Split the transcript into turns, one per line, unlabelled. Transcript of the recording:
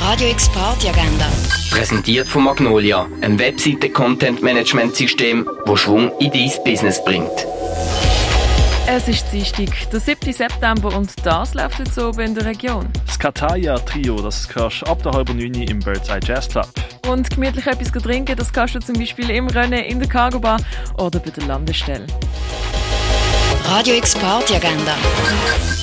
Radio X Party Agenda.
Präsentiert von Magnolia, einem Webseite-Content-Management-System, wo Schwung in dein Business bringt.
Es ist Dienstag, der 7. September und das läuft jetzt oben in der Region.
Das Kataya Trio, das kannst du ab der halben Neun im Bird's Eye Jazz Club.
Und gemütlich etwas trinken, das kannst du zum Beispiel im Rennen, in der Cargo Bar oder bei der Landestelle.
Radio X Party Agenda.